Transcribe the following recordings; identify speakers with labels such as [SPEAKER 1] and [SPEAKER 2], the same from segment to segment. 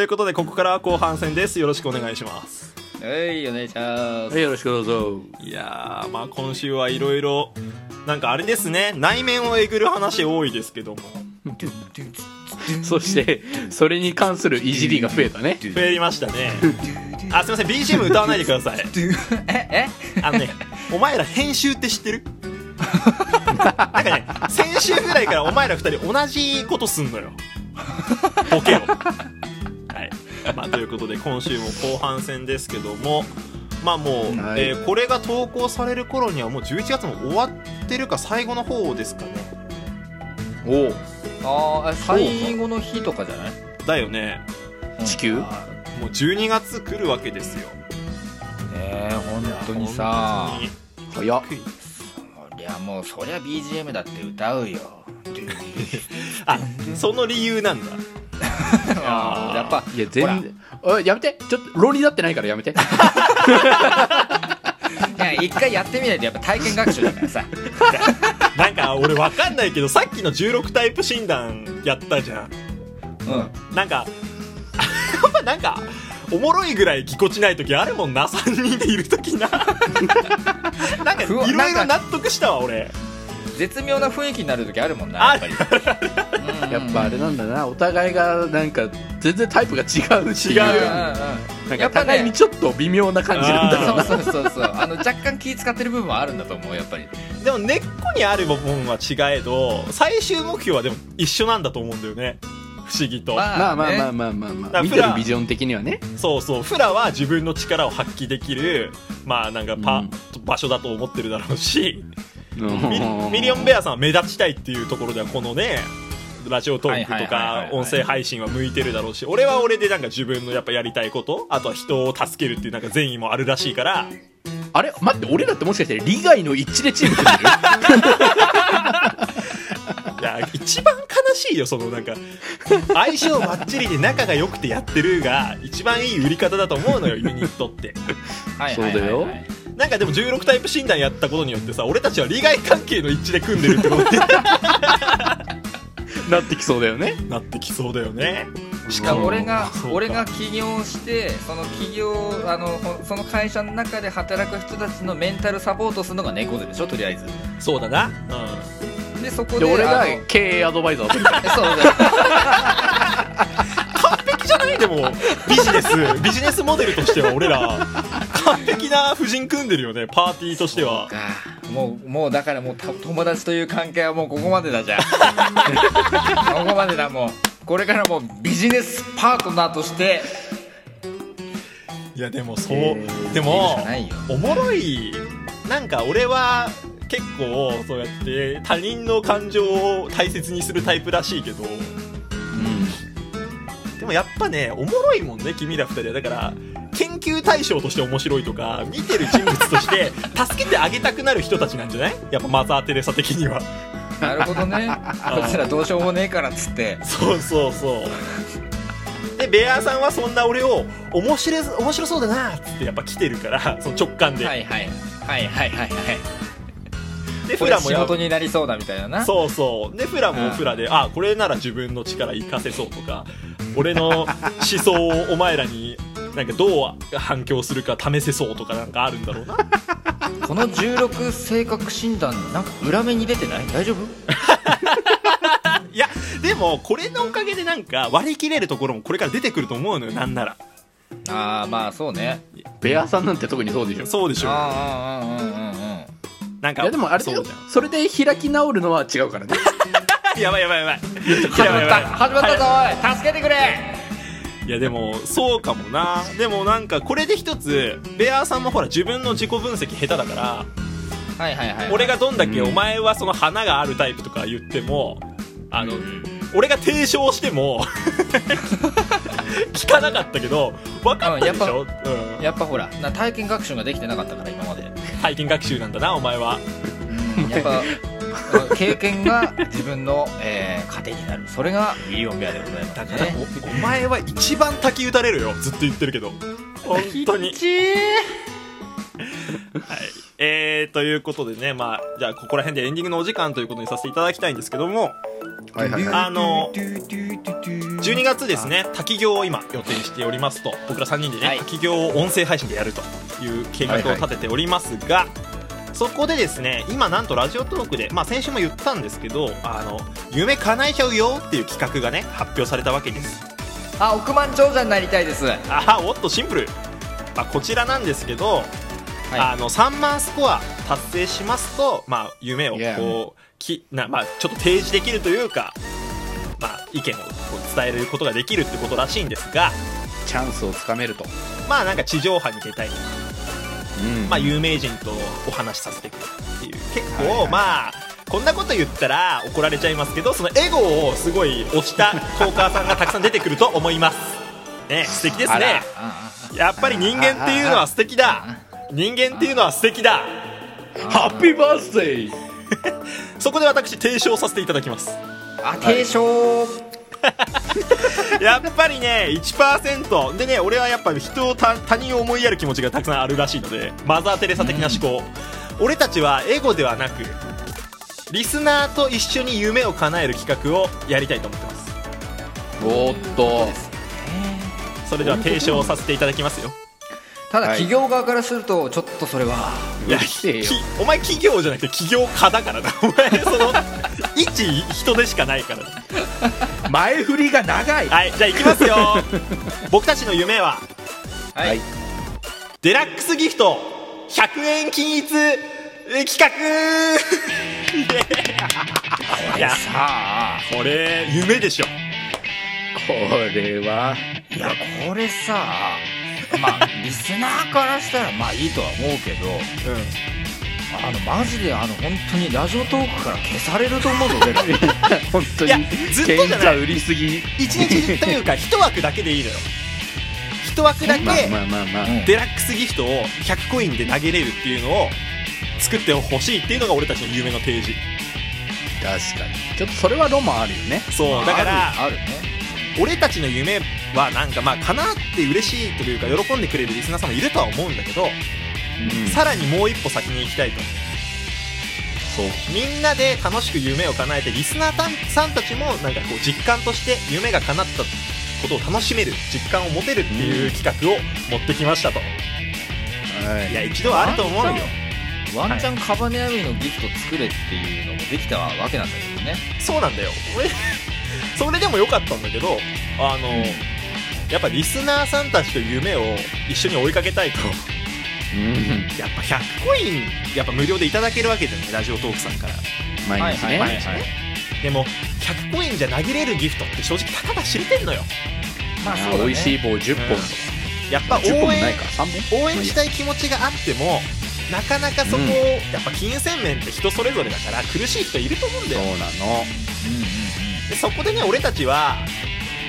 [SPEAKER 1] いうことでここからは後半戦ですよろしくお願いします
[SPEAKER 2] はい、お願いしま
[SPEAKER 3] は
[SPEAKER 2] す。
[SPEAKER 3] い、よろしくどうぞ。
[SPEAKER 1] いやーまあ今週はいろいろなんかあれですね内面をえぐる話多いですけども
[SPEAKER 3] そして、それに関するいじりが増えたね。
[SPEAKER 1] 増えましたねあすいません BGM 歌わないでください
[SPEAKER 2] え、
[SPEAKER 1] あのねお前ら編集って知って るなんかね先週ぐらいからお前ら二人同じことすんのよボケをはい、まあ、ということで今週も後半戦ですけどもまあもう、
[SPEAKER 2] はい
[SPEAKER 1] えーこれが投稿される頃にはもう11月も終わってるか最後の方ですかね
[SPEAKER 3] お
[SPEAKER 2] ああ、最後の日とかじゃない。
[SPEAKER 1] だよね
[SPEAKER 3] 地球
[SPEAKER 1] もう12月来るわけですよ
[SPEAKER 2] ええ、本当にさ。
[SPEAKER 1] 本
[SPEAKER 3] 早っ。
[SPEAKER 1] 当に
[SPEAKER 2] いや、もう、そりゃ B. G. M. だって歌うよ。
[SPEAKER 1] あその理由なんだ
[SPEAKER 2] あーやっぱ、
[SPEAKER 3] いや、全然。おいやめて。ちょっと、論理だってないからやめ て。
[SPEAKER 2] いや一回やってみないと、やっぱ体験学習だからさ。
[SPEAKER 1] なんか俺わかんないけどさっきの16タイプ診断やったじゃん
[SPEAKER 2] う
[SPEAKER 1] なんか やっぱなんかおもろいぐらいぎこちない時あるもんな3人でいる時 ななんかい
[SPEAKER 2] ふわ
[SPEAKER 1] ろいろ
[SPEAKER 2] なんか
[SPEAKER 1] 納得したわ俺
[SPEAKER 2] ん、絶妙な雰囲気になる時あるもんな、やっぱり。
[SPEAKER 3] やっぱあれなんだな。お互いが、なんか、全然タイプが違うし。
[SPEAKER 1] 違う
[SPEAKER 3] な
[SPEAKER 2] うんうんん、や
[SPEAKER 3] か、
[SPEAKER 2] っぱ
[SPEAKER 3] 互いに
[SPEAKER 2] ね。
[SPEAKER 3] ちょっと微妙な感じなんだろう
[SPEAKER 2] そうそうそうそう、あの若干気使ってる部分はあるんだと思う、やっぱり。
[SPEAKER 1] でも根っこにある部分は違えど最終目標はでも一緒なんだと思うんだよね不思議と、
[SPEAKER 3] まあまあまあ
[SPEAKER 2] ね
[SPEAKER 3] まあまあま
[SPEAKER 1] だ
[SPEAKER 3] あ、
[SPEAKER 1] から
[SPEAKER 3] 見てるビジョン的にはね
[SPEAKER 1] そうそうフラは自分の力を発揮できるまあなんかパ、場所だと思ってるだろうしミリミリオンベアさんは目立ちたいっていうところではこのねラジオトークと
[SPEAKER 2] はいはいはい
[SPEAKER 1] か
[SPEAKER 2] はい
[SPEAKER 1] 音声配信は向いてるだろうし俺は俺でなんか自分のやっぱやりたいことあとは人を助けるっていうなんか善意もあるらしいから
[SPEAKER 3] あれ待って俺だってもしかして利害の一致でチーム組んでる
[SPEAKER 1] いや一番悲しいよそのなんか相性ばっちりで仲が良くてやってるが一番いい売り方だと思うのよユニットって
[SPEAKER 2] はい
[SPEAKER 3] そうだよ
[SPEAKER 2] はいはいはい
[SPEAKER 1] なんかでも16タイプ診断やったことによってさ俺たちは利害関係の一致で組んでるってことに
[SPEAKER 3] なってきそうだ よね
[SPEAKER 1] なってきそうだよねし
[SPEAKER 2] だから俺が
[SPEAKER 1] そうか
[SPEAKER 2] 俺が起業してその起業あのほその会社の中で働く人たちのメンタルサポートするのが猫背でしょとりあえず
[SPEAKER 1] そうだな、うん
[SPEAKER 2] でそこ
[SPEAKER 3] で
[SPEAKER 2] で
[SPEAKER 3] 俺が
[SPEAKER 2] あの
[SPEAKER 3] 経営アドバイザ ーとか
[SPEAKER 2] えそうだ
[SPEAKER 1] じゃないでもビジネスビジネスモデルとしては俺ら完璧な婦人組んでるよねパーティーとしては
[SPEAKER 2] もう もうだからもうた友達という関係はもうここまでだじゃん ここまでだもうこれからもうビジネスパートナーとして
[SPEAKER 1] いやでもそう、
[SPEAKER 3] え
[SPEAKER 1] で
[SPEAKER 2] いい
[SPEAKER 1] も
[SPEAKER 2] じゃないよ
[SPEAKER 1] おもろいなんか俺は結構そうやって他人の感情を大切にするタイプらしいけどでもやっぱねおもろいもんね君ら二人はだから研究対象として面白いとか見てる人物として助けてあげたくなる人たちなんじゃないやっぱマザー・テレサ的には
[SPEAKER 2] なるほ どねこっちらどうしようもねえからっつって
[SPEAKER 1] そうそうそうでベアーさんはそんな俺を面白い面白そうだなっつってやっぱ来てる からその直感で、
[SPEAKER 2] はいはいはいはいはいはい
[SPEAKER 1] でフ
[SPEAKER 2] これ
[SPEAKER 1] ラも
[SPEAKER 2] 仕
[SPEAKER 1] や
[SPEAKER 2] 事になりそうだみたいなな
[SPEAKER 1] そうそうでフラ
[SPEAKER 2] う
[SPEAKER 1] も
[SPEAKER 2] ん
[SPEAKER 1] フラであこれなら自分の力活かせそうとか俺の思想をお前らになんかどう反響するか試せそうとかなんかあるんだろうな
[SPEAKER 2] この16性格診断なんか裏目に出てない大丈夫
[SPEAKER 1] いやでもこれのおかげでなんか割り切れるところもこれから出てくると思うのよなんなら
[SPEAKER 2] ああまあそうね
[SPEAKER 3] ベアさんなんて特にそうでしょ
[SPEAKER 1] そうでしょ
[SPEAKER 2] ああうんうんうんうん
[SPEAKER 1] なん
[SPEAKER 3] い
[SPEAKER 1] か
[SPEAKER 3] やでもあれだ
[SPEAKER 1] そう
[SPEAKER 3] よ
[SPEAKER 1] じゃん
[SPEAKER 3] それで開き直るのは違うからね
[SPEAKER 1] あやばいやばいやばい
[SPEAKER 2] 始
[SPEAKER 1] やば
[SPEAKER 2] ま
[SPEAKER 1] いやばい
[SPEAKER 2] った始まったぞおい助けてくれ
[SPEAKER 1] いやでもそうかもなでもなんかこれで一つベアーさんもほら自分の自己分析下手だから
[SPEAKER 2] はいはいはい
[SPEAKER 1] 俺がどんだけ
[SPEAKER 3] うん
[SPEAKER 1] お前はその花があるタイプとか言ってもあの、
[SPEAKER 2] うん
[SPEAKER 1] 俺が提唱して も聞かなかったけど分かったでしょ、うん
[SPEAKER 2] やっぱほらな体験学習ができてなかったから今まで
[SPEAKER 1] 体験学習なんだなお前は
[SPEAKER 2] やっ ぱ経験が自分の、えー糧になるそれがミリオンベアでございま
[SPEAKER 1] だ
[SPEAKER 2] す
[SPEAKER 1] から
[SPEAKER 2] ね
[SPEAKER 1] おお前は一番滝打たれるよずっと言ってるけど本当に
[SPEAKER 2] ちー
[SPEAKER 1] はい、えー、ということでね、まあ、じゃあここら辺でエンディングのお時間ということにさせていただきたいんですけども、
[SPEAKER 3] はいはいはい
[SPEAKER 1] あの、 12月ですね滝行を今予定しておりますと僕ら3人でね、
[SPEAKER 2] はい
[SPEAKER 1] 滝行を音声配信でやるという計画を立てておりますが、そこでですね今なんとラジオトークで、まあ、先週も言ったんですけどあの夢叶えちゃうよっていう企画がね発表されたわけです
[SPEAKER 2] あ億万長者になりたいですはい
[SPEAKER 1] ああおっとシンプル、まあ、こちらなんですけど、あの3万スコア達成しますと、まあ、夢を
[SPEAKER 3] Yeah.
[SPEAKER 1] こうきな、まあ、ちょっと提示できるというか、まあ、意見をこう伝えることができるってことらしいんですが、
[SPEAKER 3] チャンスをつかめると、
[SPEAKER 1] まあ、なんか地上波に出たいとか、
[SPEAKER 3] うん
[SPEAKER 1] まあ、有名人とお話しさせてくれるっていう結構、
[SPEAKER 3] はいはい
[SPEAKER 1] まあこんなこと言ったら怒られちゃいますけどそのエゴをすごい押したトーカーさんがたくさん出てくると思います。ね、素敵です
[SPEAKER 3] あ
[SPEAKER 1] ね
[SPEAKER 3] ら
[SPEAKER 1] やっぱり人間っていうのは素敵だ人間っていうのは素敵だ
[SPEAKER 3] ハッピーバースデー
[SPEAKER 1] そこで私提唱させていただきます
[SPEAKER 2] あ提唱、
[SPEAKER 1] やっぱりね1%でね俺はやっぱ人を他他人を思いやる気持ちがたくさんあるらしいのでマザー・テレサ的な思考、俺たちはエゴではなくリスナーと一緒に夢を叶える企画をやりたいと思ってます
[SPEAKER 3] おーっと
[SPEAKER 1] それでは提唱させていただきますよ
[SPEAKER 2] ただ
[SPEAKER 3] はい
[SPEAKER 2] 企業側からするとちょっとそれは、
[SPEAKER 1] いや
[SPEAKER 3] うるせえよ
[SPEAKER 1] きお前企業じゃなくて起業家だからなお前その一人でしかないから
[SPEAKER 3] 前振りが長い
[SPEAKER 1] はいじゃあ行きますよ僕たちの夢は
[SPEAKER 2] はい
[SPEAKER 1] デラックスギフト100円均一え企画 いや
[SPEAKER 3] さあ
[SPEAKER 1] これ夢でしょ
[SPEAKER 3] これはい
[SPEAKER 2] やこれさまあ リスナーからしたらまあいいとは思うけどあのマジであの本当にラジオトークから消されると思うの 俺ら
[SPEAKER 3] 本当
[SPEAKER 1] いや
[SPEAKER 3] に
[SPEAKER 1] ずっとじゃない
[SPEAKER 3] 売りすぎ
[SPEAKER 1] 一日というか一枠だけでいいのよ一枠だけ
[SPEAKER 3] まあまあまあまあ、
[SPEAKER 2] うん
[SPEAKER 1] デラックスギフトを100コインで投げれるっていうのを作ってほしいっていうのが俺たちの夢の提示
[SPEAKER 3] 確かにちょっとそれはロマンあるよね
[SPEAKER 1] そうだから
[SPEAKER 2] あるあるね
[SPEAKER 1] 俺たちの夢はなんかまあ叶って嬉しいというか喜んでくれるリスナーさんもいるとは思うんだけど、さらにもう一歩先に行きたいと
[SPEAKER 3] そう
[SPEAKER 1] みんなで楽しく夢を叶えてリスナーたんさんたちもなんかこう実感として夢が叶ったことを楽しめる実感を持てるっていう企画を持ってきましたと、
[SPEAKER 3] はい
[SPEAKER 1] いや一度はあると思うよ
[SPEAKER 2] ワンチャンカバネアミのギフト作れっていうのもできたわけなんだけどね
[SPEAKER 1] そうなんだよ俺それでもよかったんだけどあの、やっぱリスナーさんたちと夢を一緒に追いかけたいと
[SPEAKER 3] うん
[SPEAKER 1] やっぱ100コインやっぱ無料でいただけるわけじゃないラジオトークさんから
[SPEAKER 3] 毎日ね、
[SPEAKER 2] はいはいはい
[SPEAKER 1] でも100コインじゃ投げれるギフトって正直たかが知れてんのよ
[SPEAKER 2] ま
[SPEAKER 3] あ
[SPEAKER 2] あ
[SPEAKER 3] ー
[SPEAKER 2] そうだね
[SPEAKER 3] 美味しい棒10本と、
[SPEAKER 1] うんやっぱ応
[SPEAKER 3] 10本も
[SPEAKER 1] 援
[SPEAKER 3] ないか3本
[SPEAKER 1] 応援した
[SPEAKER 3] い
[SPEAKER 1] い気持ちがあってもなかなかそこを、
[SPEAKER 3] うん
[SPEAKER 1] やっぱ金銭面って人それぞれだから苦しい人いると思うんだ
[SPEAKER 3] そう
[SPEAKER 1] よ
[SPEAKER 3] な
[SPEAKER 2] うん
[SPEAKER 3] の
[SPEAKER 2] うんうん
[SPEAKER 1] でそこでね俺たちは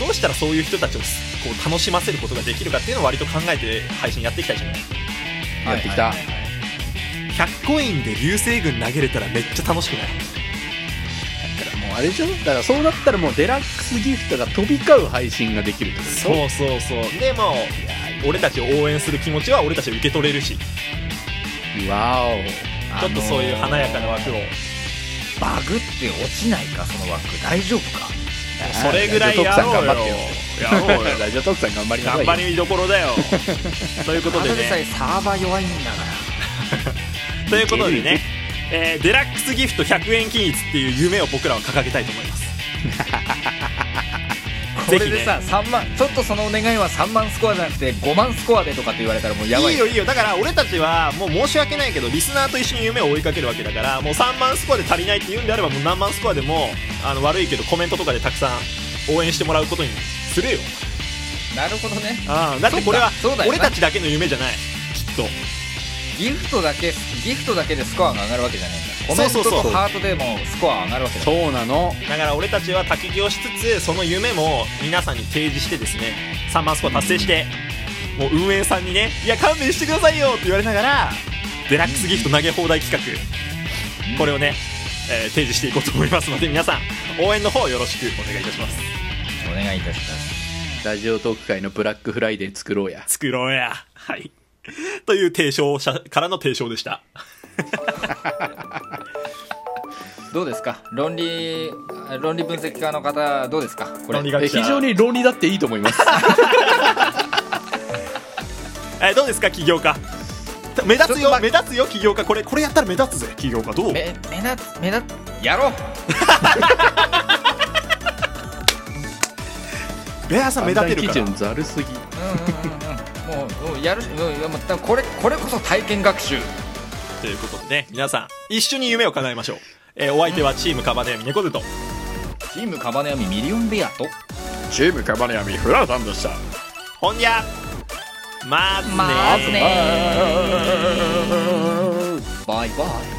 [SPEAKER 1] どうしたらそういう人たちをすこう楽しませることができるかっていうのを割と考えて配信やってきたじゃない
[SPEAKER 3] やってきた
[SPEAKER 2] はいはいはいはい
[SPEAKER 1] 100コインで流星群投げれたらめっちゃ楽しくない
[SPEAKER 3] だからもうあれじゃんだからそうなったらもうデラックスギフトが飛び交う配信ができる ってこと
[SPEAKER 1] そうそうそうでも俺たちを応援する気持ちは俺たちで受け取れるしち
[SPEAKER 3] うわお
[SPEAKER 1] ょっとそういう華やかな枠を、
[SPEAKER 2] バグって落ちないかその枠大丈夫か
[SPEAKER 1] それぐらいやろうよ
[SPEAKER 3] ラジオトークさん
[SPEAKER 1] や
[SPEAKER 3] 頑張ってよ
[SPEAKER 1] ろうよ
[SPEAKER 3] ラジオトークさん頑張りなさい
[SPEAKER 1] 頑
[SPEAKER 3] よ
[SPEAKER 1] 張りどころだ よということ
[SPEAKER 2] た
[SPEAKER 1] で
[SPEAKER 2] だでさ
[SPEAKER 1] ね
[SPEAKER 2] えサーバー弱いんだから
[SPEAKER 1] ということで
[SPEAKER 3] いける
[SPEAKER 1] ね、えーデラックスギフト100円均一っていう夢を僕らは掲げたいと思います
[SPEAKER 2] これでさ、3万ちょっとそのお願いは3万スコアじゃなくて5万スコアでとかって言われたらもうやばい
[SPEAKER 1] いいよいいよだから俺たちはもう申し訳ないけどリスナーと一緒に夢を追いかけるわけだからもう3万スコアで足りないって言うんであればもう何万スコアでもあの悪いけどコメントとかでたくさん応援してもらうことにするよ
[SPEAKER 2] なるほどね
[SPEAKER 1] ああだってこれは
[SPEAKER 2] そうだよ
[SPEAKER 1] 俺
[SPEAKER 2] な
[SPEAKER 1] たちだけの夢じゃないきっと
[SPEAKER 2] ギフトだけギフトだけでスコアが上がるわけじゃないんだコメン
[SPEAKER 1] そう
[SPEAKER 2] ト
[SPEAKER 1] そう
[SPEAKER 2] と
[SPEAKER 1] そう
[SPEAKER 2] ハートでもスコア上がるわけだ
[SPEAKER 3] そうなの
[SPEAKER 1] だから俺たちは滝行しつつその夢も皆さんに提示してですね3万スコア達成して、もう運営さんにね「いや勘弁してくださいよ」って言われながらデラックスギフト投げ放題企画、これをね、えー提示していこうと思いますので皆さん応援の方よろしくお願いいたします
[SPEAKER 2] お願いいたします
[SPEAKER 3] ラジオトーク界のブラックフライデー作ろ うや
[SPEAKER 1] 作ろうやはいという提唱者からの提唱でした
[SPEAKER 2] どうですか論理論理分析家の方どうですかこれ
[SPEAKER 1] 論理
[SPEAKER 3] え
[SPEAKER 1] 学者
[SPEAKER 3] 非常に論理だっていいと思います。
[SPEAKER 1] えどうですか起業家目立つ
[SPEAKER 2] ちょっと
[SPEAKER 1] よ
[SPEAKER 2] 待
[SPEAKER 1] 目立つよ起業家これこれやったら目立つぜ起業家どう
[SPEAKER 2] め目立つ目立つやろう
[SPEAKER 1] ベアさん 目立てるから
[SPEAKER 3] 判断基準ざるすぎ。
[SPEAKER 2] うんうんうんうんもうもうやるしうんいやもう多分これこれこそ体験学習
[SPEAKER 1] ということでね皆さん一緒に夢を叶えましょう、えーお相手はチームカバネヤミネコルト
[SPEAKER 2] チームカバネヤミミリオンベアと
[SPEAKER 3] チームカバネアミフラさんでした。
[SPEAKER 1] ほんにゃまずね
[SPEAKER 2] まずねバイバイ